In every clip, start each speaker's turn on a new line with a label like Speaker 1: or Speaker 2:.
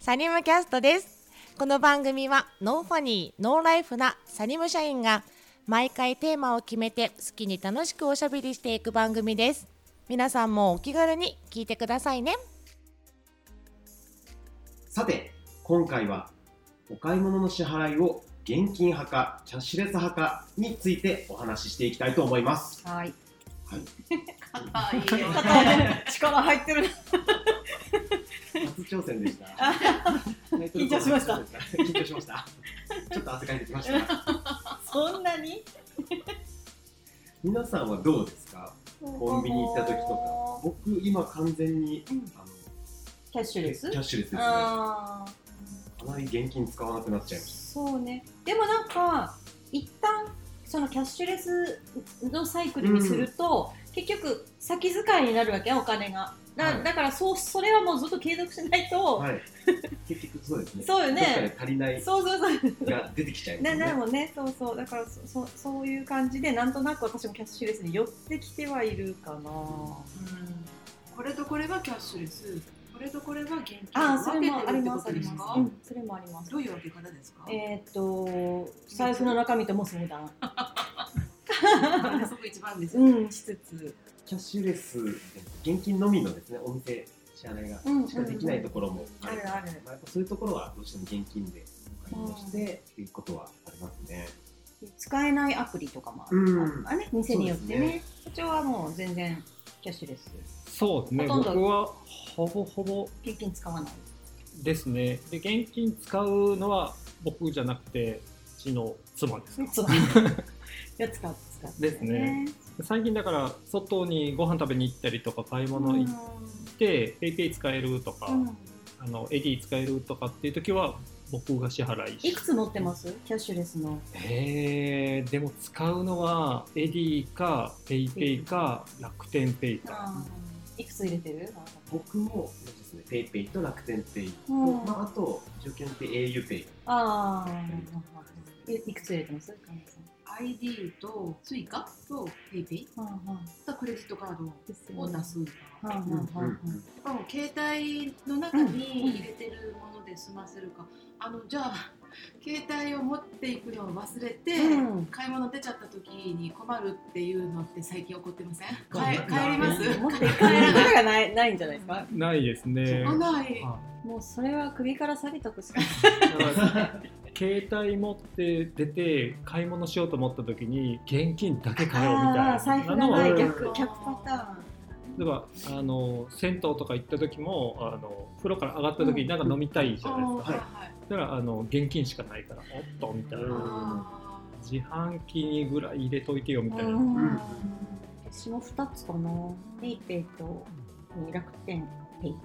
Speaker 1: サニムキャストですこの番組はノーファニーノーライフなサニム社員が毎回テーマを決めて好きに楽しくおしゃべりしていく番組です皆さんもお気軽に聞いてくださいね
Speaker 2: さて今回はお買い物の支払いを現金派かキャッシュレス派かについてお話ししていきたいと思います
Speaker 3: はい。
Speaker 2: はい。
Speaker 3: 硬い。
Speaker 4: 力入ってる
Speaker 2: 初挑戦でした
Speaker 4: 緊張しました
Speaker 2: 緊張しましたちょっと汗かいてきま した
Speaker 4: そんなに
Speaker 2: 皆さんはどうですかコンビニ行った時とか僕今完全に、
Speaker 4: うん
Speaker 2: あの
Speaker 4: キャッシュレス
Speaker 2: キャッシュレスですねあ
Speaker 4: ああ
Speaker 2: まり現金使わなくなっちゃいまし
Speaker 4: そうねでもなんか一旦そのキャッシュレスのサイクルにすると、結局先遣いになるわけやお金がだ,、
Speaker 2: はい
Speaker 4: だからそうそれはもうずっと継続しない
Speaker 2: た
Speaker 4: と、
Speaker 2: はい結局そうですね
Speaker 4: そうよね
Speaker 2: どっかで足りない
Speaker 4: そうそうそう
Speaker 2: が出てきちゃいます
Speaker 4: な
Speaker 2: ね
Speaker 4: なるもんねそうそうだからそそそういう感じでなんとなく私もキャッシュレスに寄ってきてはいるかな、
Speaker 3: これとこれがキャッシュレス、これとこれが現金。
Speaker 4: ああそれもありますあ
Speaker 3: 分け
Speaker 4: り
Speaker 3: てるって
Speaker 4: ます、
Speaker 3: こと
Speaker 4: う
Speaker 3: ですか
Speaker 4: ん、それもあります
Speaker 3: どういう分け方ですか？
Speaker 4: えーっと財布の中身とも相談
Speaker 3: そこ一番ですよね。
Speaker 4: うんしつつ
Speaker 2: キャッシュレス現金のみのですねお店支払いが
Speaker 4: うん
Speaker 2: しかできないところも
Speaker 4: あるある
Speaker 2: まあ、やっぱそういうところはどうしても現金でお買い物してっていうことはありますね。
Speaker 4: 使えないアプリとかもある、
Speaker 2: うん
Speaker 4: あね店によって
Speaker 2: そうです
Speaker 4: ね社長はもう全然キャッシュレス
Speaker 5: そうですね、
Speaker 4: ほとんど
Speaker 5: 僕はほぼほぼ
Speaker 4: 現金使わない
Speaker 5: ですね、で現金使うのは僕じゃなくて、うちの妻です。
Speaker 4: そう いや使う使う
Speaker 5: ですね最近だから、外にご飯食べに行ったりとか、買い物行って、ペイペイ使えるとか、
Speaker 4: うん
Speaker 5: あのエディ使えるとかっていう時は、僕が支払いし
Speaker 4: いくつ持ってますキャッシュレスの
Speaker 5: えー、でも使うのは、エディか、ペイペイか、楽天ペイか。
Speaker 4: いくつ入れてる
Speaker 2: 僕もですね、ペイペイと楽天ペイと、
Speaker 4: うん
Speaker 2: まあ、あと、条件って au ペイ。
Speaker 4: ああいいくつ入れてます神田さん
Speaker 3: ID とスイカとペイペイ
Speaker 4: はあは
Speaker 3: とクレジットカー
Speaker 4: あです
Speaker 3: ドを
Speaker 4: よね
Speaker 3: 出す。や
Speaker 4: はあはあはあはあ
Speaker 3: っぱもう携帯の中に入れてるもので済ませるか。あのじゃあ携帯を持っていくのを忘れて、
Speaker 4: うん
Speaker 3: 買い物出ちゃった時に困るっていうのって最近起こってません？
Speaker 2: 困る
Speaker 3: 帰帰ります？
Speaker 4: 持っていかれることがないないんじゃないですか
Speaker 5: ないですね。
Speaker 3: 来ない。
Speaker 5: あ
Speaker 4: もうそれは首から下げとくしかない
Speaker 5: だから 携帯持って出て買い物しようと思った時に現金だけ買おうみ
Speaker 4: あ
Speaker 5: た
Speaker 4: あ財
Speaker 5: いな
Speaker 4: 布が
Speaker 5: のは
Speaker 4: な
Speaker 5: 例
Speaker 4: い
Speaker 5: え
Speaker 4: 逆逆パターン
Speaker 5: ばあの銭湯とか行った時もあの風呂から上がった時になんか飲みたいじゃない
Speaker 3: あ
Speaker 5: ですか、
Speaker 3: ーはいはい。
Speaker 5: だからあの現金しかないからおっとみたい
Speaker 2: うん
Speaker 5: な
Speaker 3: あー
Speaker 5: 自販機にぐらい入れといてよみたいな、
Speaker 2: ん
Speaker 4: 私も2つかなペイペイと楽天ペイか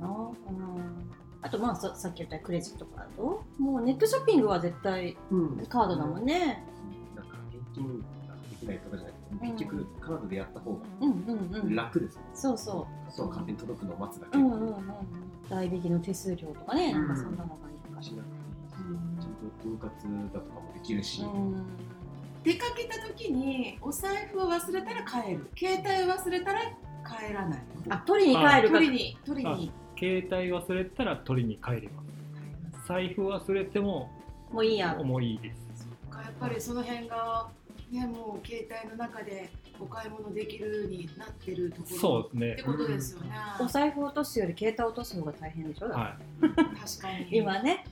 Speaker 4: な、うん、あとまあささっき言ったクレジットカードもうネットショッピングは絶対
Speaker 2: うん
Speaker 4: カードだもんね
Speaker 2: なんか、現金ができないとかじゃなくて、
Speaker 4: うん
Speaker 2: 結局、カードでやった方が
Speaker 4: うんうんうん
Speaker 2: 楽です、ね。
Speaker 4: そうそ
Speaker 2: あとは勝手に届くのを待つだ
Speaker 4: う
Speaker 2: け。
Speaker 4: うんうんうん代引きの手数料とかね、なんかそんなのがいいか
Speaker 2: し
Speaker 4: し
Speaker 2: なく
Speaker 4: ら、う
Speaker 2: ていいちゃん
Speaker 4: ん
Speaker 2: と分割だとかもできるし、
Speaker 4: うん、
Speaker 3: 出かけた時にお財布を忘れたら帰る携帯を忘れたら帰らない
Speaker 4: あ取りに帰るか
Speaker 3: 取りに取りに
Speaker 5: 携帯忘れたら取りに帰ります財布忘れても
Speaker 4: もういいや
Speaker 5: 重いです
Speaker 3: やっぱりその辺がねもう携帯の中でお買い物できるになってるところ
Speaker 5: そうで
Speaker 3: って
Speaker 5: すね
Speaker 3: ことですよね、
Speaker 4: お財布落とすより携帯落とす方が大変でしょ、だって
Speaker 5: はい
Speaker 3: 確かに
Speaker 4: 今ね、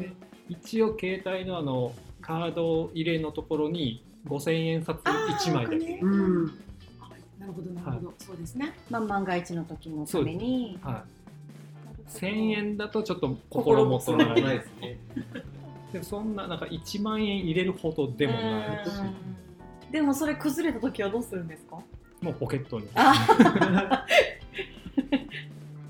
Speaker 5: え一応携帯のあのカード入れのところに5000円札
Speaker 3: あー
Speaker 5: 1枚だけ、
Speaker 3: ね
Speaker 2: うん
Speaker 3: あなるほどなるほど、そうですね
Speaker 4: まあ、万が一の時のために
Speaker 5: はい、1000
Speaker 4: 1000
Speaker 5: 円だとちょっと心もと
Speaker 2: そん
Speaker 5: ら
Speaker 2: な
Speaker 5: な
Speaker 2: こ
Speaker 5: い
Speaker 2: とないですね。
Speaker 5: でもそんななんか1万円入れるほどでもないし
Speaker 4: でもそれ崩れた時はどうするんですか
Speaker 5: もうポケットに
Speaker 4: あ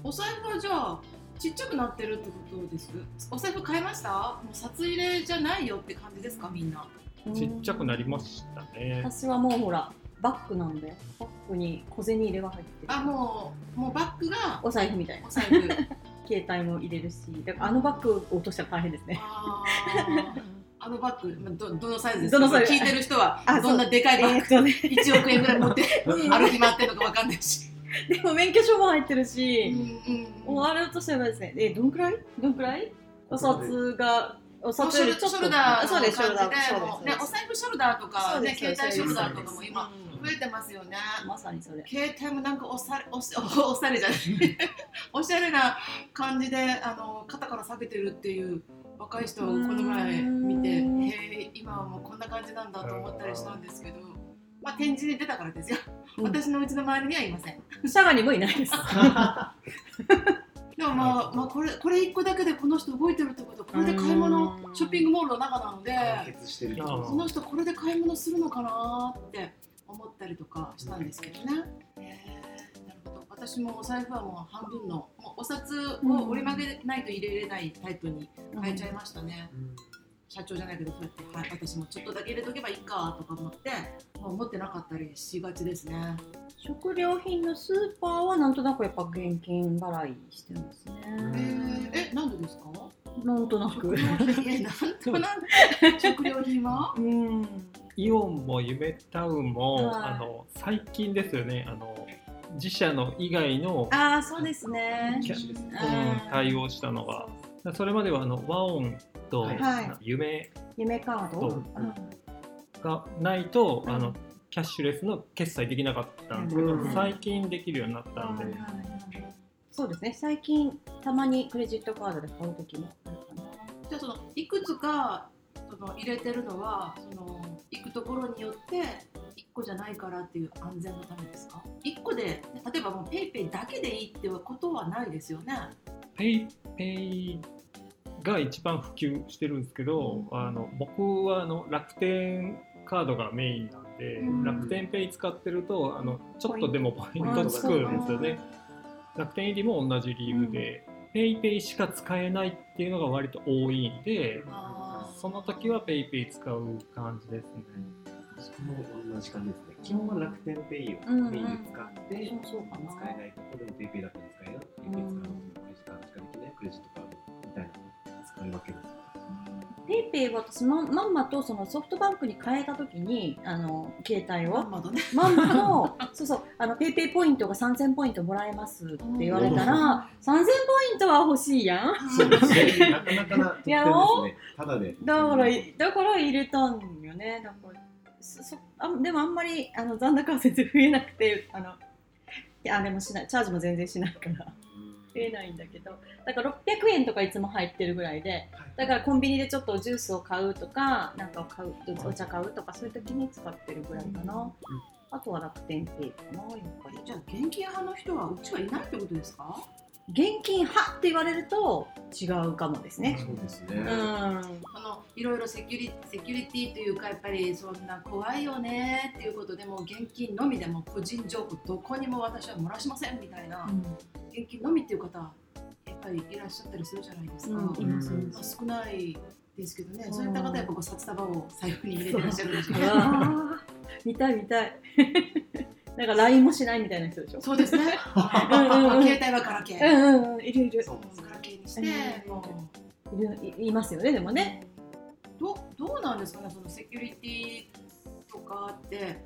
Speaker 3: お財布はじゃあちっちゃくなってるってことですお財布買いましたもう札入れじゃないよって感じですかみんな
Speaker 5: ちっちゃくなりま
Speaker 4: し
Speaker 5: したね
Speaker 4: 私はもうほらバッグなんでバッグに小銭入れは入ってる
Speaker 3: あもうもうバッグが
Speaker 4: お財布みたいな
Speaker 3: お財布
Speaker 4: 携帯も入れるしだからあのバッグを落としたら大変ですね
Speaker 3: あーあのバッグまあどどのサイズですか
Speaker 4: どのサイズ
Speaker 3: 聞いてる人は
Speaker 4: あそう
Speaker 3: どんなでかいバ
Speaker 4: え
Speaker 3: ッ
Speaker 4: ーっとね
Speaker 3: グ1億円ぐらい持って
Speaker 4: うん
Speaker 3: 歩き回ってるのかわかんないし
Speaker 4: でも免許証も入ってるし、
Speaker 3: うんうん
Speaker 4: 終わろうとすればですね、え、どんくらいどんくらいお札が、お
Speaker 3: もう
Speaker 4: 札
Speaker 3: シ
Speaker 4: よ
Speaker 3: ョ
Speaker 4: り
Speaker 3: ル
Speaker 4: ちょっ
Speaker 3: シ
Speaker 4: と。
Speaker 3: ョルダー
Speaker 4: あ
Speaker 3: の
Speaker 4: そう
Speaker 3: 感
Speaker 4: で
Speaker 3: じ
Speaker 4: す、ショルダー。
Speaker 3: で
Speaker 4: そう
Speaker 3: もう
Speaker 4: で
Speaker 3: ね
Speaker 4: す。
Speaker 3: お財布ショルダーとか、ね、
Speaker 4: そうで
Speaker 3: 携
Speaker 4: す
Speaker 3: 帯ショルダーとか
Speaker 4: そ
Speaker 3: も
Speaker 4: うです
Speaker 3: 今増えてますよね。
Speaker 4: まさにそれ。
Speaker 3: 携帯もなんかおしゃれお しおおしゃれじゃない おしゃれな感じであの肩から下げてるっていう若い人をこの前見て
Speaker 4: うーん
Speaker 3: へえ今はもうこんな感じなんだと思ったりしたんですけど、まあ、展示に出たからですよ、
Speaker 4: うん
Speaker 3: 私のうちの周りにはいません
Speaker 4: シャガにもいないです。
Speaker 3: でもまあ,、まあ、これこれ1個だけでこの人動いてるってことこれで買いう物
Speaker 4: ーん
Speaker 3: ショッピングモールの中なので
Speaker 2: 完結してるってこと
Speaker 5: あ
Speaker 3: この人これで買い物するのかなって思ったりとかしたんですけどね。えーなるほど私もお財布はもう半分のもうお札を折り曲げないと入れれないタイプに変えちゃいましたね、
Speaker 2: うん
Speaker 3: 社長じゃないけどこうやって、はい、私もちょっとだけ入れとけばいいかとか思ってもう持ってなかったりしがちですね
Speaker 4: 食料品のスーパーはなんとなくやっぱ現金払いしてます
Speaker 3: えー
Speaker 4: ね。
Speaker 3: えなんで ですか
Speaker 4: なんとなく
Speaker 3: 食。料品えなんとなく 食料品は
Speaker 4: うん。
Speaker 5: イオンも夢タウンも、
Speaker 4: はい
Speaker 5: あの最近ですよねあの自社の以外の
Speaker 4: ああ、そうですね。
Speaker 5: キャ
Speaker 2: 一緒ですね
Speaker 4: あー
Speaker 5: うん対応したのがそれまではあの和音と、
Speaker 2: はい
Speaker 4: は
Speaker 5: 夢
Speaker 4: 夢カード。
Speaker 5: そう
Speaker 4: うん
Speaker 5: がないと、
Speaker 4: うん
Speaker 5: あのキャッシュレスの決済できなかったんですけど、
Speaker 2: うん
Speaker 5: 最近できるようになったんで、
Speaker 4: はいはいはいそうですね。最近たまにクレジットカードで買うときもあるかな。
Speaker 3: じゃあそのいくつかその入れてるのはその行くところによって1個じゃないからっていう安全のためですか1個で例えばもうペイペイだけでいいってことはないですよね。
Speaker 5: ペイペイが一番普及してるんですけど、
Speaker 3: うん
Speaker 5: あの僕はあの楽天カードがメインなんで、
Speaker 3: うん
Speaker 5: 楽天ペイ使ってるとあのちょっとでもポイン
Speaker 2: ポイン
Speaker 5: ト
Speaker 2: ト
Speaker 5: つくんですよね。楽天入りも同じ理由で、ペイペイしか使えないっていうのが割と多いんで、
Speaker 3: あー
Speaker 5: その時はペイペイ使う感じですね。
Speaker 2: そこも同じ感じですね基本は楽天ペイを
Speaker 4: うんうん
Speaker 2: メインで使って、
Speaker 4: そうそうかな
Speaker 2: 使えないとこでもペイペイだけ使えよペイペイ使うクレジットカードしかできないクレジットカードみたいなのを使い分けるんですよ
Speaker 4: ペイペイは私ままんまとそのソフトバンクに変えたときにあの携帯
Speaker 3: ま
Speaker 4: を
Speaker 3: んまとね
Speaker 4: まんまのそうそうあのペイペイポイントが3000ポイントもらえますって言われたら3000ポイントは欲しいやん
Speaker 2: そうですね。なかなかな特典ですね。ただで。
Speaker 4: だからだから入れたんよねだからそそあでもあんまりあの残高は全然増えなくてあのいやでもしないチャージも全然しないから増えないんだけどだから600円とかいつも入ってるぐらいでだからコンビニでちょっとジュースを買うとかなんかを買うお茶買うとかそういう時に使ってるぐらいかな、あとは楽天ペイかなやっぱり
Speaker 3: じゃあ現金派の人はうちはいないってことですか
Speaker 4: 現金派って言われると違うかもですね
Speaker 2: そうですね。
Speaker 4: うん、
Speaker 3: あのいろいろセキュリセキュリティというかやっぱりそんな怖いよねっていうことでもう現金のみでもう個人情報どこにも私は漏らしませんみたいな、現金のみっていう方やっぱりいらっしゃったりするじゃないですか、
Speaker 4: うん
Speaker 2: うん
Speaker 3: まあ少ないですけどね、そういった方はやっぱこう札束を財布に入れ
Speaker 4: そう
Speaker 3: てらっしゃるんでしょう
Speaker 4: う
Speaker 3: ね。
Speaker 4: わー見たい見たい なんか LINE もしないみたいな人でしょ
Speaker 3: そうですね。
Speaker 4: うんうんうん
Speaker 3: まあ携帯はガラケ
Speaker 4: う
Speaker 3: ー。
Speaker 4: んうんうんいるいる
Speaker 3: そうガラケーにして、
Speaker 4: うん
Speaker 3: も
Speaker 4: いるいいますよねでも
Speaker 3: う
Speaker 4: ね。
Speaker 3: どうどうなんですかね、そのセキュリティとかって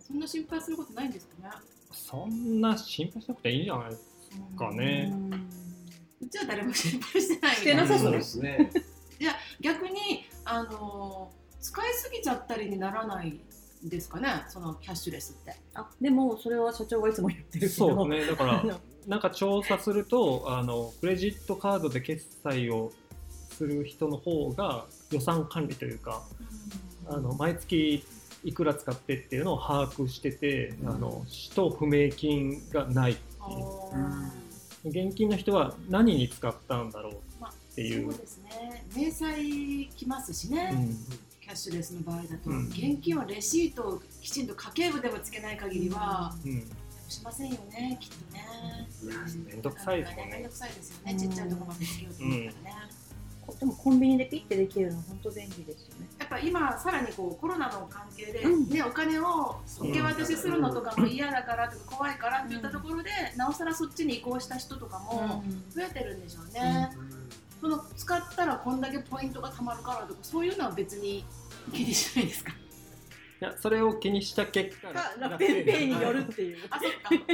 Speaker 3: そんな心配することないんですかね。
Speaker 5: そんな心配しなくていいんじゃないですかね。
Speaker 4: うん
Speaker 3: うちは誰も心配してない
Speaker 4: し
Speaker 3: み
Speaker 4: たて
Speaker 3: い
Speaker 4: な
Speaker 3: な
Speaker 4: さ
Speaker 2: そ
Speaker 4: そうう
Speaker 2: ですね。
Speaker 3: 逆にあの使いすぎちゃったりにならないんですかね、そのキャッシュレスって。
Speaker 4: あでもそれは社長がいつも言ってるけど
Speaker 5: そうね、だか
Speaker 4: あ
Speaker 5: ら
Speaker 4: の
Speaker 5: なんか調査するとあのクレジットカードで決済をする人の方が予算管理というかあの毎月いくら使ってっていうのを把握しててあの使途不明金がない
Speaker 3: あー
Speaker 5: 現金の人は何に使ったんだろうっていう
Speaker 3: そうですね。明細きますしね、キャッシュレスの場合だと、
Speaker 5: うん
Speaker 3: 現金はレシートをきちんと家計簿でもつけない限りは
Speaker 5: うんうん
Speaker 3: しませんよね、きっとね。
Speaker 5: めんどくさいですもん
Speaker 3: めんど
Speaker 5: ね
Speaker 3: くさいですよね、ちっちゃいところまでつけようと思ったらね。
Speaker 4: でもコンビニでピッてできるの本当便利ですよね。
Speaker 3: やっぱ今さらにこうコロナの関係で、
Speaker 4: うん
Speaker 3: ねお金を受け渡しするのとかも嫌だからとか怖いからって言ったところで、なおさらそっちに移行した人とかも増えてるんでしょうね、その使ったらこんだけポイントが貯まるからとかそういうのは別に気にしないですか
Speaker 5: やそれを気にした結果
Speaker 4: が楽天ペイによるっていう。
Speaker 3: あそっか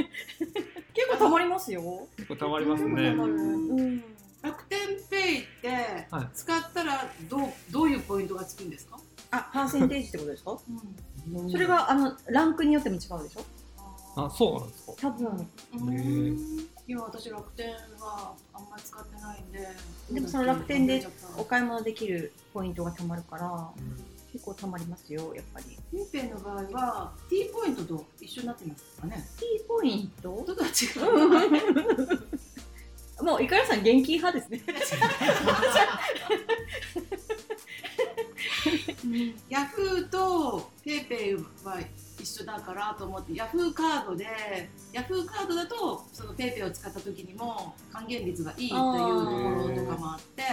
Speaker 4: 結構たまりますよ。
Speaker 5: 結構たまりますね
Speaker 4: たまる。うん。
Speaker 3: 楽天ペイって
Speaker 5: はい
Speaker 3: 使ったらどうどういうポイントがつくんですか、
Speaker 4: あ、パーセンテージってことですか？
Speaker 5: うん
Speaker 4: それがあのランクによっても違うでしょ？
Speaker 5: あそうなんですか
Speaker 4: 多分。
Speaker 3: うん
Speaker 5: へ
Speaker 3: 今私楽天はあんまり使ってないんで
Speaker 4: でもその楽天でお
Speaker 3: お
Speaker 4: 買い物できるポイントがたまるから、結構たまりますよやっぱり。
Speaker 3: ペイペイの場合は T ポイントと一緒になってますかね
Speaker 4: T ポイント？
Speaker 3: 音が違う、
Speaker 4: もういかりさん現金派ですね。
Speaker 3: ヤフーとペイペイは一緒だからと思ってヤフーカードでヤフーカードだとそのペイペイを使った時にも還元率がいいというところとかもあって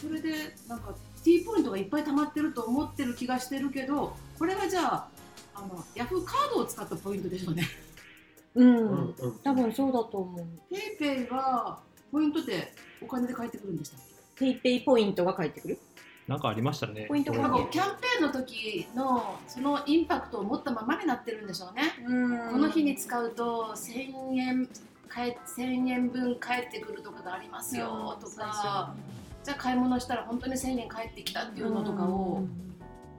Speaker 3: それでなんか T ポイントがいっぱい溜まってると思ってる気がしてるけどこれはじゃああのヤフーカードを使ったポイントでしょうね
Speaker 4: うん。
Speaker 2: うん
Speaker 4: 多分そうだと思う。
Speaker 3: ペイペイはポイントでお金で返ってくるんでしたっけ
Speaker 4: ペイペイポイントが返ってくる？
Speaker 5: なんかありましたね
Speaker 4: ポイント
Speaker 5: これ
Speaker 3: な
Speaker 4: が
Speaker 3: ん
Speaker 4: 多
Speaker 3: か
Speaker 4: い
Speaker 3: キャンペーンの時のそのインパクトを持ったままになってるんでしょうね
Speaker 4: うん
Speaker 3: この日に使うと1000円かえ1000円分返ってくるとかがありますよとか、じゃあ買い物したら本当に1000円返ってきたっていうのとかを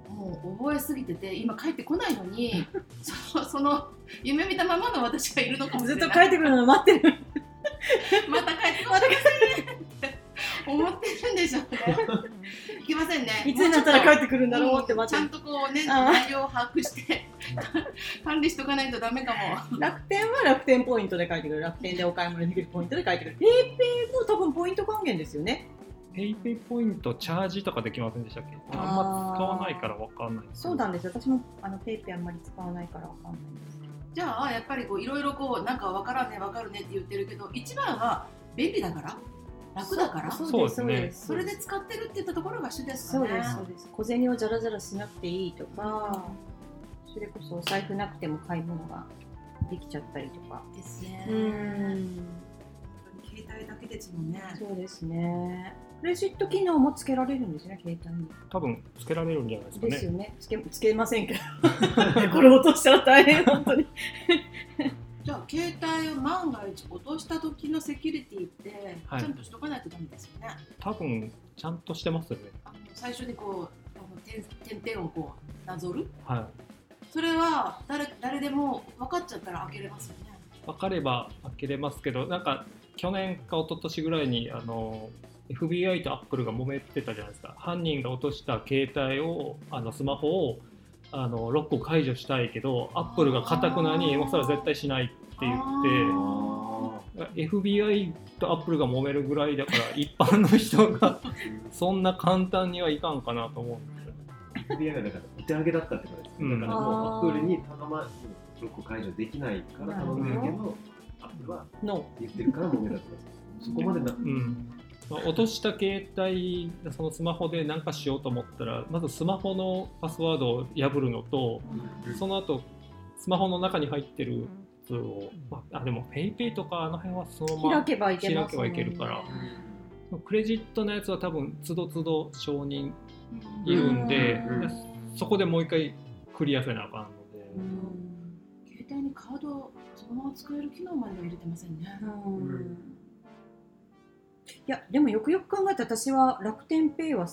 Speaker 3: もう覚えすぎてて今返ってこないの にそのその夢見たままの私がいるのかもし
Speaker 4: ず
Speaker 3: れ
Speaker 4: っ
Speaker 3: ない
Speaker 4: と帰ってくるの待ってる。
Speaker 3: また帰ってこないって 思ってるんでしょうねいけませんね
Speaker 4: いつになったら
Speaker 3: もうちょっと
Speaker 4: 帰ってくるんだろうって待
Speaker 3: ち
Speaker 4: っ
Speaker 3: ゃ
Speaker 4: て
Speaker 3: ん
Speaker 4: る。
Speaker 3: とこうね
Speaker 4: あー
Speaker 3: 内容を把握して 管理しとかないとダメかも。
Speaker 4: 楽天は楽天ポイントで帰ってくる。楽天でお買い物できるポイントで帰ってくる。ペイペイも多分ポイント還元ですよね。
Speaker 5: ペイペイポイントチャージとかできませんでしたっけあんま使わないからわかんない
Speaker 4: そうなんですよ。私もあのペイペイあんまり使わないからわかんないんですけど。
Speaker 3: じゃあやっぱりこういろいろこうなんかわからんねわかるねって言ってるけど一番は便利だから楽だからそ
Speaker 5: そうですね
Speaker 3: れで使ってるって言ったところが主です
Speaker 4: そ
Speaker 3: か
Speaker 4: う
Speaker 3: ね
Speaker 4: ですそうです。小銭をじゃらじゃらしなくていいとか、それこそお財布なくても買い物ができちゃったりとか。
Speaker 3: ですね携帯だけですもんね
Speaker 4: そうですね。クレジット機能もつけられるんですね、携帯に。
Speaker 5: 多分つけられるんじゃないですか
Speaker 4: です
Speaker 5: ね
Speaker 4: よね。つけつけませんけど。 これ落としたら大変、本当に。
Speaker 3: じゃあ携帯を万が一落とした時のセキュリティって
Speaker 5: はい
Speaker 3: ちゃんとしとかないとダメですよね、
Speaker 5: 多分ちゃんとしてますよね
Speaker 3: あの最初にこうあの点点々をこうなぞる
Speaker 5: は
Speaker 3: それは誰誰でも分かっちゃったら開けれますよね
Speaker 5: い分かれば開けれますけどなんか去年か一昨年ぐらいにあの FBI とアップルが揉めてたじゃないですか犯人が落とした携帯をあのスマホをあのロックを解除したいけどアップルがかたくなにもうそれは絶対しないって言って
Speaker 2: あ
Speaker 5: FBI とアップルが揉めるぐらいだから 一般の人がそんな簡単にはいかんかなと思うんです
Speaker 2: ー
Speaker 5: よ
Speaker 2: FBI がだからお手上げだったってことです、
Speaker 5: うん
Speaker 2: だからもうアップルに頼まロック解除できないから頼んでるけ
Speaker 4: なる
Speaker 2: どアップルは
Speaker 4: の
Speaker 2: 言ってるから揉めたってことですそこまでな、
Speaker 5: うんまあ落とした携帯そのスマホで何かしようと思ったらまずスマホのパスワードを破るのとその後スマホの中に入ってるやつを、まあ、あでも PayPay とかあの辺はそのま
Speaker 4: 開
Speaker 5: ま
Speaker 4: けばいけます、
Speaker 5: 開けばいけるからクレジットのやつは多分つどつど承認いるんで
Speaker 2: うん
Speaker 5: そこでもう一回クリアせなあかんので。
Speaker 4: うん
Speaker 3: 携帯にカードをそのまま使える機能までは入れてませんね。
Speaker 4: うんいやでもよくよく考えたら私は楽天ペイは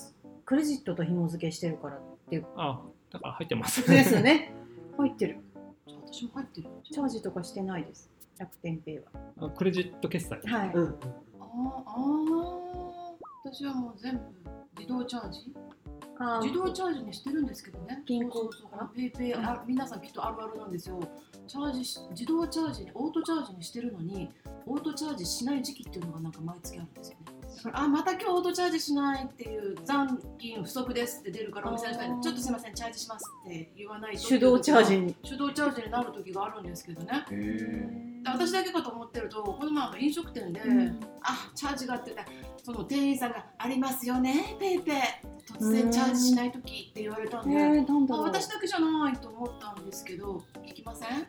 Speaker 4: クレジットと紐付けしてるからっていうこ
Speaker 5: あ、だから入ってます。
Speaker 4: とですよ ね入ってる
Speaker 3: じゃあ私も入ってる。
Speaker 4: チャージとかしてないです楽天ペイは
Speaker 5: あクレジット決済。
Speaker 4: はい、
Speaker 2: うん、
Speaker 3: あーあー、私はもう全部自動チャージ。
Speaker 4: あー
Speaker 3: 自動チャージにしてるんですけどね。
Speaker 4: 銀行
Speaker 3: そうそうそうペイペイ、あ、皆さんきっとあるあるなんですよ。チャージし、自動チャージに、オートチャージにしてるのに、オートチャージしない時期っていうのがなんか毎月あるんですよね。だからあ、また今日オートチャージしないっていう残金不足ですって出るから、お店の人
Speaker 4: あー
Speaker 3: にちょっとすいません、チャージしますって言わないと。
Speaker 4: 手動チャージに
Speaker 3: 手動チャージになる時があるんですけどね。
Speaker 2: へえ
Speaker 3: 私だけかと思ってるとこの前あの飲食店で、あチャージがって言ったらその店員さんが「ありますよねペイペイ」突然チャージしない時って言われたん
Speaker 4: え
Speaker 3: で、
Speaker 4: ー、なんだ
Speaker 3: あ
Speaker 4: ろう
Speaker 3: 私だけじゃないと思ったんですけど聞きません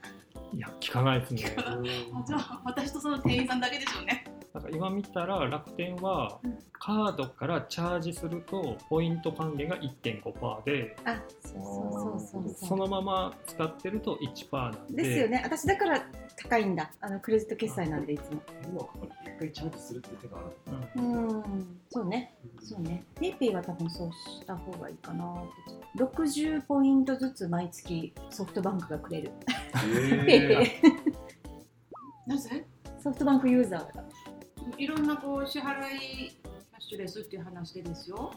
Speaker 5: いや、聞かないですね。
Speaker 3: あじゃあ私とその店員さんだけでしょうね
Speaker 5: だから今見たら楽天は
Speaker 4: うん
Speaker 5: カードからチャージするとポイント還元が1.5%で
Speaker 4: あそうそうそうそう
Speaker 5: そのまま使ってると1%なんで
Speaker 4: ですよね私だから高いんだあのクレジット決済なんでいつも
Speaker 2: 今かかる一回チャージするって手がある
Speaker 4: うんそうねそうね PayPay は多分そうした方がいいかなって60ポイントずつ毎月ソフトバンクがくれる
Speaker 2: へ
Speaker 3: なぜ
Speaker 4: ソフトバンクユーザーだから
Speaker 3: いろんなこう支払いキャッシュレスっていう話でですよ、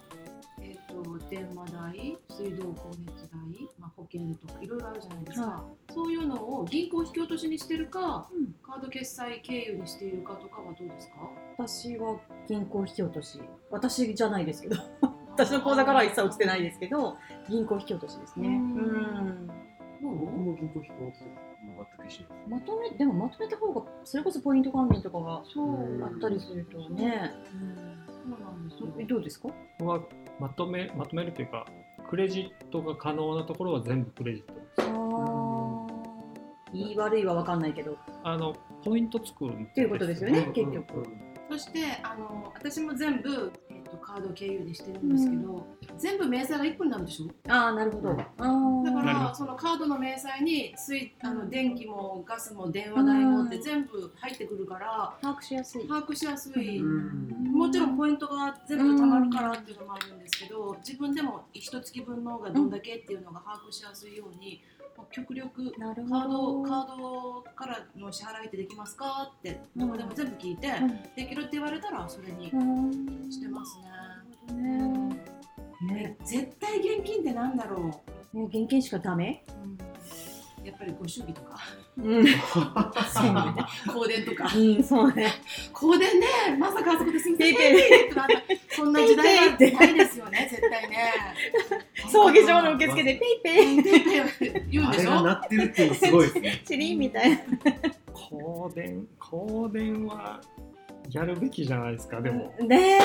Speaker 3: えー、と電話代、水道光熱代、まあ、保険とかいろいろあるじゃないですか、
Speaker 4: は
Speaker 3: そういうのを銀行引き落としにしてるか、
Speaker 4: うん
Speaker 3: カード決済経由にしているかとかはどうですか
Speaker 4: 私は銀行引き落とし私じゃないですけど 私の口座からは一切落ちてないですけど銀行引き落としですね
Speaker 3: うん
Speaker 4: うん
Speaker 3: ど
Speaker 2: 僕
Speaker 3: う
Speaker 2: も銀行引き落とす全く一緒
Speaker 4: まとめでもまとめた方がそれこそポイント還元とかが
Speaker 3: そう
Speaker 4: あったりするとね
Speaker 3: うんそうなんですよ
Speaker 4: えどうですか
Speaker 5: ここはまとめまとめるというかクレジットが可能なところは全部クレジット
Speaker 4: あー言い悪いは分かんないけど
Speaker 5: あのポイントつくん
Speaker 4: っていうことですよね結局
Speaker 3: そしてあの私も全部、えー、とカード経由でしてるんですけど、全部明細が1分なんでしょ
Speaker 4: ああなるほど
Speaker 2: うん
Speaker 4: あー
Speaker 3: だか
Speaker 5: なるほ
Speaker 3: ら
Speaker 5: ど
Speaker 3: そのカードの明細に水あ
Speaker 4: う
Speaker 3: の
Speaker 4: ん
Speaker 3: 電気もガスも電話代もって
Speaker 4: うん
Speaker 3: 全部入ってくるから
Speaker 4: 把握しやすい
Speaker 3: 把握しやすい、
Speaker 2: うん
Speaker 3: もちろんポイントが全部たまるからっていうのもあるんですけど自分でも一月分のがどんだけっていうのが把握しやすいように、もう極力
Speaker 4: なる
Speaker 3: カー
Speaker 4: ほど
Speaker 3: ドカードからの支払いってできますかってどこでも全部聞いて、できるって言われたらそれに
Speaker 4: うん
Speaker 3: してますね。
Speaker 4: ね
Speaker 3: ね絶対現金ってなんだろう、
Speaker 4: ね現金しかダメ
Speaker 3: やっぱりご祝儀とか
Speaker 4: うんそうね
Speaker 3: 香典とか
Speaker 4: うんそうね
Speaker 3: 香典ねまさかあそこですみま
Speaker 4: ペ
Speaker 3: せん
Speaker 4: イペイ
Speaker 3: ペイペイってなったそんな時代はないですよね絶対ね
Speaker 4: 葬儀場の受付でペイペイ
Speaker 3: ペイペイは言うん
Speaker 2: あ
Speaker 3: で
Speaker 2: れ
Speaker 3: し
Speaker 2: が
Speaker 3: ょ
Speaker 2: 鳴ってるっていうのすごいですね
Speaker 4: チリンみたいな
Speaker 5: 香典香典はやるべきじゃないですかでも、
Speaker 4: ね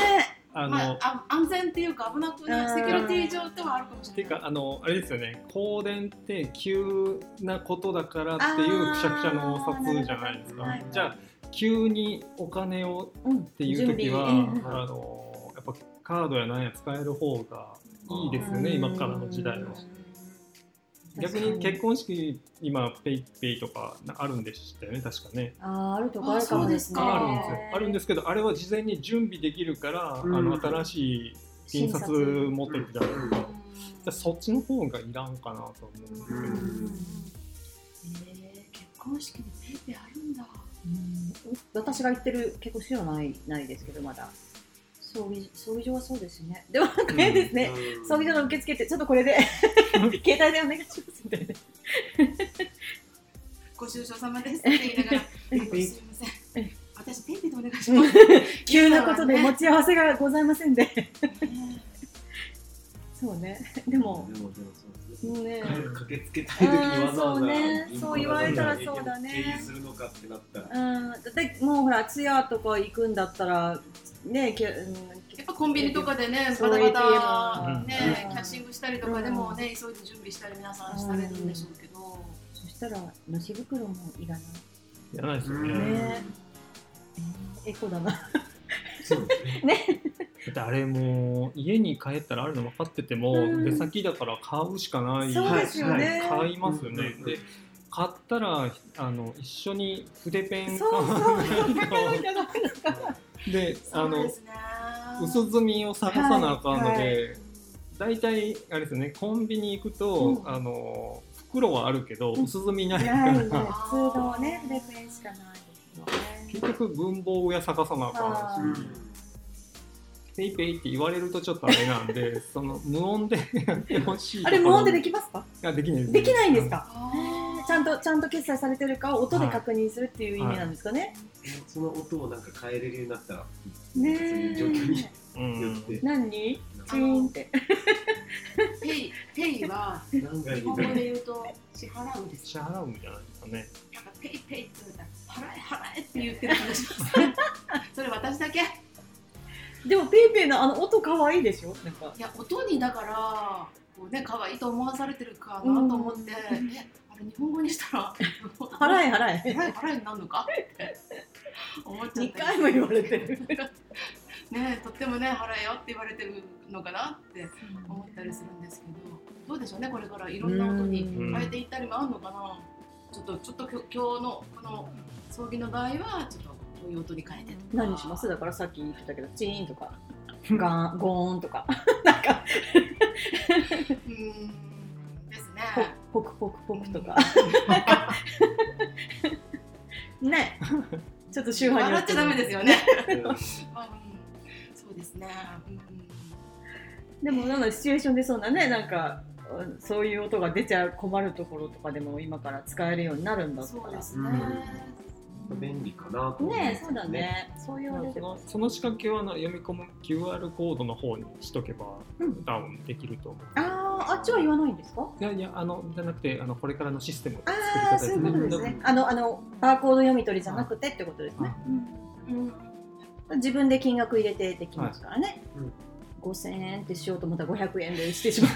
Speaker 5: あの、
Speaker 3: まああ安全っていうか危なくない
Speaker 4: うん
Speaker 3: セキュリティ上ではあるかもし
Speaker 5: ってい
Speaker 3: れ
Speaker 5: う
Speaker 3: ない
Speaker 5: かあのあれですよね香典って急なことだからっていう
Speaker 4: あー
Speaker 5: くしゃくしゃのお札じゃないで
Speaker 4: なるほ
Speaker 5: すか、
Speaker 4: どはい
Speaker 5: じゃあ急にお金を
Speaker 4: えっ
Speaker 5: っていう時は、
Speaker 2: 備うん
Speaker 5: あのやっぱカードやなんや使える方がいいですよね、今からの時代は。逆に結婚式今ペイペイとかあるんでしたよね確かね。
Speaker 4: あーあるとこあるかもですね。。
Speaker 3: あ
Speaker 5: あるんですよあるんですすけどあれは事前に準備できるから、
Speaker 2: うん
Speaker 5: あの新しい印刷持ってるじゃないですか、じゃあそっちの方がいらんかなと思うんですけど、
Speaker 3: うん
Speaker 2: うん
Speaker 3: えー結婚式にペイペイあるんだ
Speaker 4: うん私が行ってる結婚式はないないですけどまだ。葬儀葬儀場はそうですね。でも なんか変ですね。葬儀場の受付ってちょっとこれ で携帯でお願いしますみたいな。
Speaker 3: ご愁傷様ですって言いな がらすいま
Speaker 2: ペイ
Speaker 3: せん私ペイペイでお願いします
Speaker 4: 急なことで
Speaker 3: ね
Speaker 4: 持ち合わせがございませんで。そうね。でも。
Speaker 2: でもでもそうですね
Speaker 4: ね
Speaker 2: 駆けつけたい時にわざわざ銀行だけじゃなきゃいけ
Speaker 4: そうねそう言われたらそうだね
Speaker 2: 経由するのかってなったら
Speaker 4: うん、だってもうほら通夜とか行くんだったらねけ、うん、
Speaker 3: やっぱコンビニとかでね、
Speaker 4: そ
Speaker 3: バ
Speaker 4: う
Speaker 3: タ
Speaker 4: いう
Speaker 3: バタ、ね
Speaker 4: うん
Speaker 3: キャッシングしたりとかでもね、急いで準備したり、皆さんされるんでしょうけど、
Speaker 4: そしたらのし袋もいらない。
Speaker 5: いらないですよね。
Speaker 2: うん
Speaker 4: ねエコだな。
Speaker 2: そうですね
Speaker 5: だってあれもう家に帰ったらあるの分かってても、
Speaker 4: うん
Speaker 5: 出先だから買うしかない
Speaker 4: そうですよね
Speaker 5: はい買いますよね、
Speaker 2: うん
Speaker 5: で買ったらあの一緒に筆ペンか
Speaker 4: そうそうそう。だから
Speaker 5: なん
Speaker 4: い
Speaker 5: か ら
Speaker 4: ないのか。
Speaker 5: であ
Speaker 3: そう
Speaker 5: の
Speaker 3: ですね
Speaker 5: 薄積みを探さなあかんので、
Speaker 4: はい
Speaker 5: 大体あれですよねコンビニ行くと、
Speaker 4: うん
Speaker 5: あの袋はあるけど
Speaker 4: うん
Speaker 5: 薄積みないか
Speaker 4: な
Speaker 5: ら、
Speaker 4: いね。普通のね、フレペンしかないですよね。
Speaker 5: 結局文房具屋探さなあかんし
Speaker 4: あ
Speaker 2: うん
Speaker 5: ペイペイって言われるとちょっとあれなん でその無音で やってほしい
Speaker 4: あれ無音でで
Speaker 5: き
Speaker 4: きますか？
Speaker 5: いやできないです
Speaker 4: できないんですか？
Speaker 3: あ
Speaker 4: ちゃんとちゃんと決済されてるかを音で確認するっていう意味なんですかね。
Speaker 2: その音をなんか変えれるようになったら
Speaker 4: ね
Speaker 2: そういう状況によ
Speaker 4: え。
Speaker 5: う
Speaker 2: っ
Speaker 5: ん
Speaker 2: て
Speaker 4: 何？チーンって。
Speaker 3: ーペイペイは、
Speaker 2: 何がい
Speaker 3: 日
Speaker 2: い
Speaker 3: 本
Speaker 2: の
Speaker 3: 語で言うと、支払うです
Speaker 5: 支
Speaker 3: よ。
Speaker 5: 払うんじゃないですかね。
Speaker 3: なんかペイペイって言ったら、払え払えって言ってる気が します。それ私だけ。い
Speaker 4: でもペイペイのあの音可愛いでしょ？なんか。
Speaker 3: や、音にだから、こうね、可愛いと思わされてるかなと思って、
Speaker 4: うん
Speaker 3: え、あれ日本語にしたら、
Speaker 4: 払え払え。
Speaker 3: 払え払えになるのかって思っちゃっ
Speaker 4: 2
Speaker 3: た
Speaker 4: 回も言われてる。
Speaker 3: ねえとってもね払えよって言われてるのかなって思ったりするんですけどどうでしょうねこれからいろんな音に
Speaker 5: うん
Speaker 3: 変えていったりもあるのかなちょっとちょっときょ今日のこの葬儀の場合はちょっとこういう音に変えてとか
Speaker 4: 何しますだからさっき言ってたけど、チーンとか、ガン、ゴーンとか、なんか、
Speaker 3: うーんですね
Speaker 4: ポクポクポクとか。ね。ちょっと宗派によ
Speaker 3: 笑ってちゃダメですよね、
Speaker 2: うん
Speaker 3: まあうんそうですね、うん
Speaker 4: でもなんかシチュエーションでそうなねなんかうんそういう音が出ちゃう困るところとかでも今から使えるようになるんだった
Speaker 3: そう
Speaker 4: ら
Speaker 3: ですね、うん
Speaker 2: 便利かなと思います
Speaker 4: ねえそうだね。そう言われ
Speaker 5: そ
Speaker 4: ても
Speaker 5: のその仕掛けはな読み込む QR コードの方にしとけば
Speaker 4: うん
Speaker 5: ダウンできると思う、
Speaker 4: あーあっちは言わないんですか
Speaker 5: いやいやあのじゃなくてあのこれからのシステムの
Speaker 4: ああそういう
Speaker 5: ね
Speaker 4: ことですねあのあのバーコード読み取りじゃなくてってことですね、
Speaker 3: うん
Speaker 4: 自分で金額入れてできますからね、
Speaker 2: はいうん
Speaker 4: 5000円ってしようと思ったら500円でしてしまう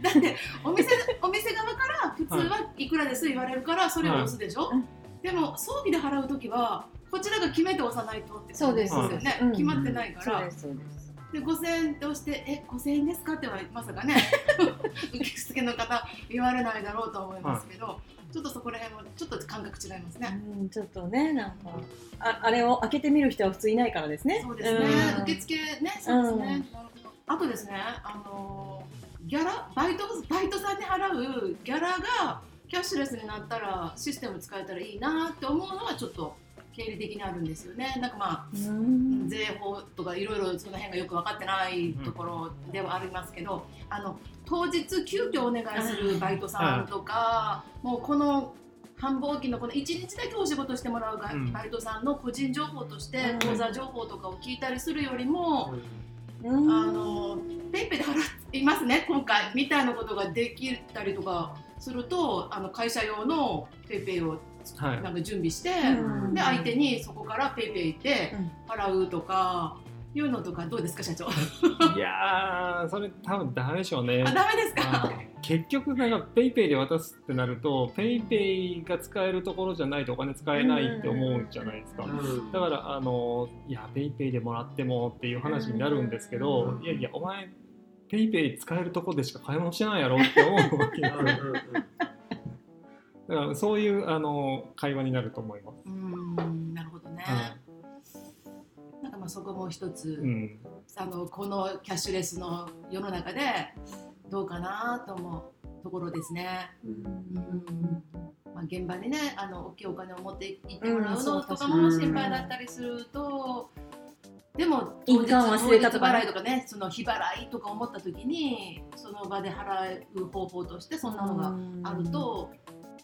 Speaker 3: だってお店お店側から普通はいくらです言われるからそれを押すでしょ、
Speaker 4: うん
Speaker 3: でも葬儀で払う時はこちらが決めて押さないとってことよ
Speaker 5: そう
Speaker 4: で
Speaker 3: ね
Speaker 4: す、うん
Speaker 3: 決まってないか
Speaker 4: そう
Speaker 3: ら
Speaker 4: ですそうです
Speaker 3: で5000円として「え5000円ですか?」ってはまさ かね受付の方言われないだろうと思いますけど、ちょっとそこら辺もちょっと感覚違いますね、
Speaker 4: うんちょっとねなんかああれを開けてみる人は普通いないからですね
Speaker 3: そうですね、
Speaker 4: うん
Speaker 3: 受付ねそうですね、なるほどあとですねあのーギャラバイトバイトさんに払うギャラがキャッシュレスになったらシステム使えたらいいなって思うのはちょっと経理的にあるんですよねなんかまあ
Speaker 4: うん
Speaker 3: 税法とかいろいろその辺がよく分かってないところではありますけど、あの当日急遽お願いするバイトさんとか、もうこの繁忙期のこの1日だけお仕事してもらうが
Speaker 5: うん
Speaker 3: バイトさんの個人情報として
Speaker 4: うん
Speaker 3: 口座情報とかを聞いたりするよりも、
Speaker 4: うん
Speaker 3: あのペイペイで払っていますね今回みたいなことができたりとかするとあの会社用のペイペイを
Speaker 5: はい
Speaker 3: なんか準備して。
Speaker 4: うん
Speaker 3: で相手にそこからペイペイで
Speaker 4: うん
Speaker 3: 払うとか、いうのとかどうですか社長あ
Speaker 5: いやーそれ多分ダメでしょうね
Speaker 3: ダメです
Speaker 5: あ
Speaker 3: か
Speaker 5: ー結局なんかペイペイで渡すってなるとペイペイが使えるところじゃないとお金使えないって思うじゃないですか
Speaker 2: うん
Speaker 5: だからあのいやペイペイでもらってもっていう話になるんですけどいやいやお前ペイペイ使えるとこでしか買い物してないやろって思うわけですよ
Speaker 2: うんうん
Speaker 5: だからそういうあの会話になると思います、
Speaker 3: うーんなるほどね、
Speaker 5: は
Speaker 3: なんかまあそこも一つ、
Speaker 5: うん、
Speaker 3: あのこのキャッシュレスの世の中でどうかなと思うところですね、
Speaker 2: うん
Speaker 3: うんまあ、現場にねあの大きいお金を持って行ってもらう
Speaker 4: うんそ
Speaker 3: の
Speaker 4: う
Speaker 3: とか
Speaker 2: う
Speaker 3: も
Speaker 2: ん
Speaker 3: 心配だったりすると、でも
Speaker 4: 印鑑忘れたとか
Speaker 3: 当
Speaker 4: ね
Speaker 3: 日払いとかねその日払いとか思った時にその場で払う方法としてそんなのがあると、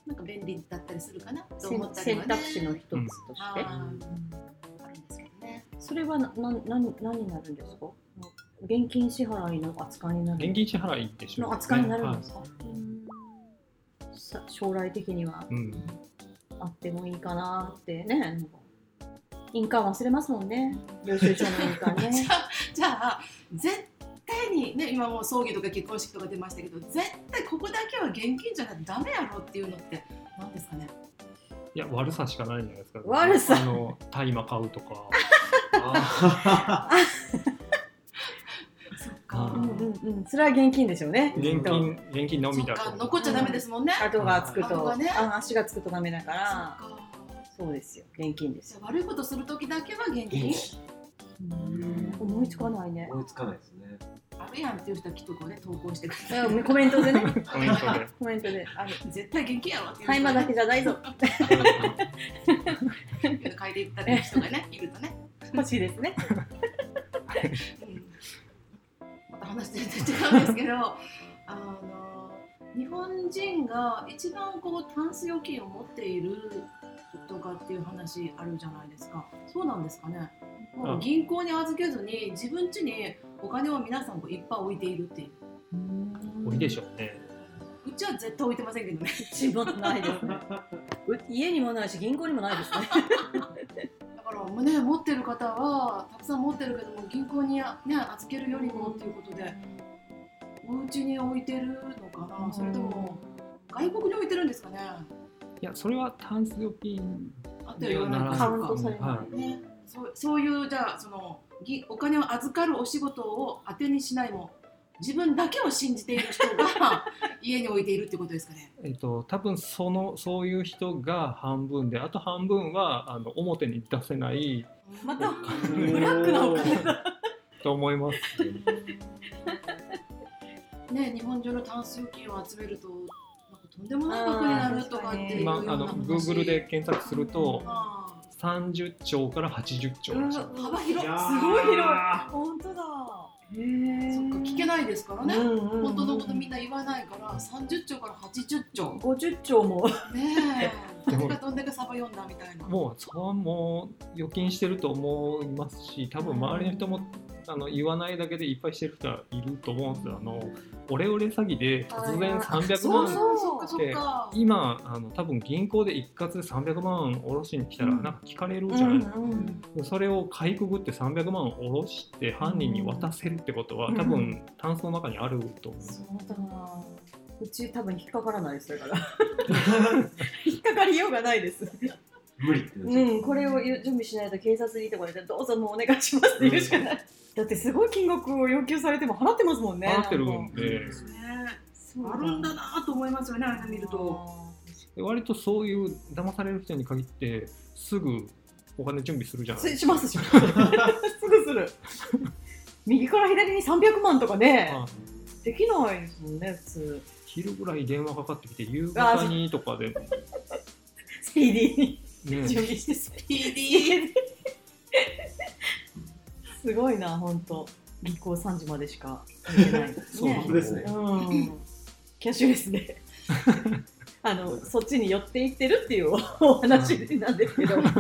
Speaker 3: なんか便利だったりするかなと
Speaker 4: 選
Speaker 3: 思ったり
Speaker 4: 選
Speaker 3: はね
Speaker 4: 択肢の一つとして、
Speaker 3: あーあるんですけどね
Speaker 4: それはなな何何になるんですか現金支払いの扱いになる
Speaker 5: 現金支払いでしょう
Speaker 4: の
Speaker 5: ね
Speaker 4: 扱いになるん
Speaker 5: は
Speaker 4: ですか、さ将来的にはい
Speaker 5: うん
Speaker 4: あってもいいかなってねなんか印鑑忘れますもんね領収書の印鑑ね
Speaker 3: じゃあ絶対にね今もう葬儀とか結婚式とか出ましたけど絶対ここだけは現金じゃなくてダメやろっていうのって何ですかね
Speaker 5: いや悪さしかないんじゃないですか
Speaker 4: 悪さ
Speaker 5: あの大麻買うとか
Speaker 2: あ
Speaker 3: そっ
Speaker 5: あ
Speaker 3: か
Speaker 4: うんうんうんそれは現金でしょうね
Speaker 5: 現
Speaker 4: きっと
Speaker 5: 金現金の
Speaker 3: そ
Speaker 5: み
Speaker 3: っ
Speaker 5: だ
Speaker 3: か
Speaker 5: と
Speaker 3: 残っちゃダメですもんね、
Speaker 4: 後がつく
Speaker 3: 後
Speaker 4: と、
Speaker 3: がね
Speaker 4: あ足がつくとダメだか
Speaker 3: そっ
Speaker 4: ら
Speaker 3: か
Speaker 4: そうですよ現金です
Speaker 3: じ
Speaker 4: よ
Speaker 3: ゃあ悪いことする時だけは現
Speaker 2: ー
Speaker 3: 金
Speaker 2: ん
Speaker 4: 思いつかないね
Speaker 2: 思いつかないですね。
Speaker 3: あるやんっていう人はきっとこうね投稿してく
Speaker 4: い
Speaker 3: れ
Speaker 4: や
Speaker 3: る
Speaker 4: コメントで ね
Speaker 5: コメントで
Speaker 4: コメントである
Speaker 3: 絶対現金やろっていう人
Speaker 4: 大麻だけじゃないぞ
Speaker 3: 書いていったり人がねいるとね、
Speaker 4: 欲しいですね
Speaker 3: うんまた話全然違うんですけどあの日本人が一番こうタンス預金を持っているとかっていう話あるじゃないですかそうなんですかねもう銀行に預けずに自分家にお金を皆さんこういっぱい置いているっていう
Speaker 5: 多いでしょうね
Speaker 3: うちは絶対置いてませんけどね
Speaker 4: 一番ないですねう家にもないし銀行にもないですね
Speaker 3: だからもうね持ってる方はたくさん持ってるけども銀行にあね預けるよりもっていうことでお家に置いてるのかなそれとも外国に置いてるんですかね
Speaker 5: いやそれはタンス預金
Speaker 3: あというような
Speaker 5: うん
Speaker 4: カウントされ
Speaker 5: は
Speaker 4: ないね。
Speaker 3: そうそういうじゃあそのぎお金を預かるお仕事を当てにしないも自分だけを信じている人が家に置いているってことですかね。
Speaker 5: えっと、多分そのそういう人が半分であと半分はあの表に出せない
Speaker 4: また
Speaker 2: ブ
Speaker 4: ラックなお金
Speaker 5: と思います。
Speaker 3: ね日本中のタンス預金を集めるとなんかとんでもない額になるとかっていう
Speaker 5: ま
Speaker 3: よ
Speaker 5: あ、
Speaker 3: う
Speaker 5: あ
Speaker 3: な
Speaker 5: の
Speaker 3: 話
Speaker 5: Google で検索すると
Speaker 3: あ
Speaker 5: 30兆から80兆らしい。
Speaker 3: ー幅広
Speaker 4: す
Speaker 3: い
Speaker 4: ごい広い
Speaker 2: や
Speaker 4: 本当だ。へえ。
Speaker 3: そっか聞けないですからね、
Speaker 4: 本
Speaker 3: 本当のことみんな言わないから30兆から80兆ね
Speaker 4: 五十兆も。
Speaker 3: え
Speaker 5: でも
Speaker 3: 私がどんだけサバ読んだみたいな
Speaker 5: もうそこはもう預金してると思いますし多分周りの人もあの言わないだけでいっぱいしてる人はいると思うんですよあのオレオレ詐欺で突然
Speaker 4: あ
Speaker 5: 300
Speaker 3: そう
Speaker 5: 万
Speaker 3: そうそっかそっか
Speaker 5: 今あの多分銀行で一括で300万下ろしに来たら
Speaker 4: うん
Speaker 5: なんか聞かれるじゃないですか、
Speaker 4: ん。
Speaker 5: それをかいくぐって300万下ろして犯人に渡せるってことは多
Speaker 4: う
Speaker 5: 分タンスの中にあると思う、
Speaker 4: そうだな。うち多分引っかからないですだから。 引っかかりようがないです。
Speaker 2: 無理ってなっちゃう
Speaker 4: うん、これを準備しないと警察にとか言ってどうぞもうお願いしますって言うしかない。だってすごい金額を要求されても払ってますもんね。
Speaker 5: 払ってる
Speaker 4: なん
Speaker 5: ん
Speaker 4: か
Speaker 5: で
Speaker 3: ね
Speaker 4: そう
Speaker 3: あるんだなと思いますよねあれ見ると。
Speaker 5: で割とそういう騙される人に限ってすぐお金準備するじゃないです
Speaker 4: すしますしますすぐする右から左に300万とかね、
Speaker 5: か。はい
Speaker 4: できないですもんね普通
Speaker 5: 昼ぐらい電話かかってきて夕方にとかで、
Speaker 4: スピーディーに準
Speaker 5: ね、
Speaker 4: 備してスピ
Speaker 3: PD
Speaker 4: すごいな本当銀行3時までしか見てない、ね、
Speaker 5: そう
Speaker 2: 本当ですね
Speaker 4: うんキャッシュレスで あのそっちに寄っていってるっていうお話なんですけど、
Speaker 3: そうで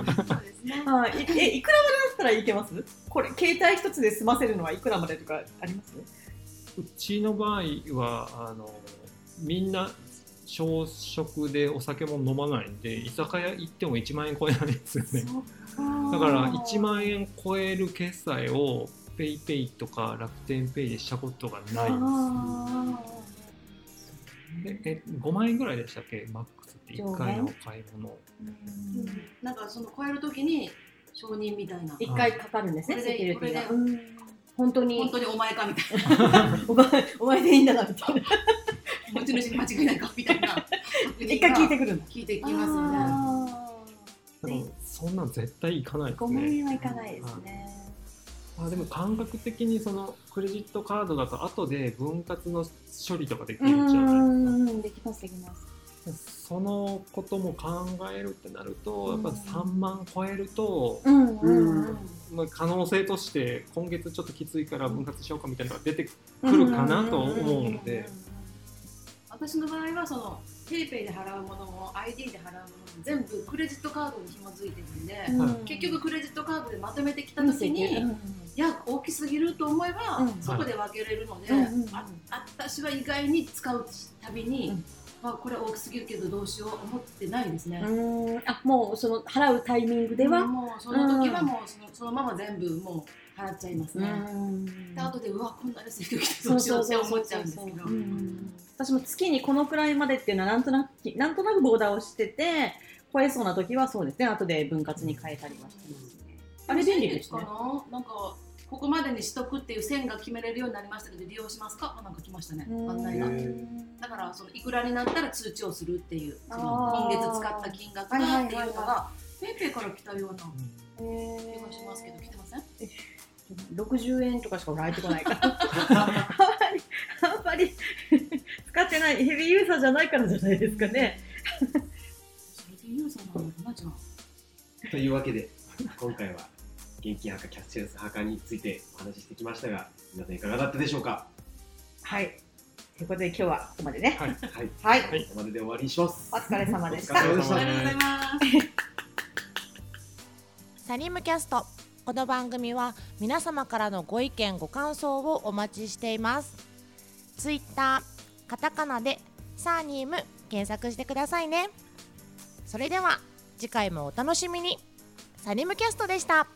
Speaker 3: すね
Speaker 4: はい、えいくらまでだったらいけますこれ携帯一つで済ませるのはいくらまでとかあります
Speaker 5: うちの場合はあのみんな小食でお酒も飲まないんで居酒屋行っても1万円超えないんですよねだから1万円超える決済を PayPay とか楽天 Pay でしたことがない
Speaker 4: あ
Speaker 5: ですでえ5万円ぐらいでしたっけマックスって1回のお買い物
Speaker 3: なんかその超えるときに承認みたいな
Speaker 4: 一回かかるんですね、
Speaker 3: こ
Speaker 4: セ
Speaker 3: れ
Speaker 4: キュ
Speaker 3: で
Speaker 4: リティが
Speaker 3: こ。
Speaker 4: うん本当
Speaker 3: 本
Speaker 4: に
Speaker 3: 当にお前かみたい
Speaker 4: お前お前でいいんだなみたいな。
Speaker 3: な持ち主に間違いないかみたい な
Speaker 4: 一回聞いてくるの。
Speaker 3: 聞いていきますよね
Speaker 5: でもそんなん絶対行かないですね
Speaker 4: 五万円はいかないですね。
Speaker 5: まあ、でも感覚的にそのクレジットカードだと後で分割の処理とかできるじゃないで
Speaker 4: できますできます。
Speaker 5: すかそのことも考えるってなるとやっぱ3万超えると、
Speaker 4: うん
Speaker 5: まあ、可能性として今月ちょっときついから分割しようかみたいなのが出てくるかなと思うんで
Speaker 3: 私の場合はその PayPay で払うものも ID で払うものも全部クレジットカードに紐づいてるんで、
Speaker 5: はい
Speaker 3: 結局クレジットカードでまとめてきた
Speaker 4: 楽
Speaker 3: 時
Speaker 4: し
Speaker 3: に、
Speaker 4: み。
Speaker 3: いや大きすぎると思えば、
Speaker 4: うん
Speaker 3: そこで分けれるので、
Speaker 4: うんうんうん
Speaker 3: ああ私は意外に使うたびに、
Speaker 4: うん
Speaker 3: あこれ大きすぎるけどどうしよう思ってないですね。
Speaker 4: うんあもうその払うタイミングでは。
Speaker 3: もうその時はもうその,、そのまま全部もう払っちゃいますね。
Speaker 4: うん
Speaker 3: で後でうわこんなに請求来て
Speaker 4: そ
Speaker 3: ど
Speaker 4: う
Speaker 3: うしよ
Speaker 4: そうそうそう
Speaker 3: うって思っちゃうんですけど
Speaker 4: う。ん私も月にこのくらいまでっていうのはなんとなくなんとなくボーダーをしてて超えそうな時はそうですね後で分割に変えたりはしてますねあれ便利ですね
Speaker 3: かな。なんかここまでにしとくっていう線が決めれるようになりましたので利用しますか。あなんか来ましたね。案内が
Speaker 2: う。ん
Speaker 3: だからそのいくらになったら通知をするっていう。その
Speaker 4: あー
Speaker 3: 今月使った金額がっていうのがペイペイから来たような
Speaker 5: う
Speaker 3: 気がしますけど来てません。
Speaker 4: 60円とかしか入ってこない からあんまり あんまり使ってないヘビーユーザーじゃないからじゃないですかね
Speaker 3: それでユーザーなのかなじゃあ。
Speaker 2: というわけで今回は現金派かキャッシュレス派かについてお話ししてきましたが皆さんいかがだったでしょうか
Speaker 4: はいということで今日はここまでね
Speaker 5: はい
Speaker 2: はい
Speaker 4: はい
Speaker 2: ここまでで終わりにします
Speaker 4: お疲れ様でし
Speaker 2: お疲
Speaker 4: た
Speaker 2: れ様でした
Speaker 3: ありがとうございます。
Speaker 1: サニムキャストこの番組は皆様からのご意見ご感想をお待ちしていますツイッターカタカナでサーニーム検索してくださいねそれでは次回もお楽しみにサニムキャストでした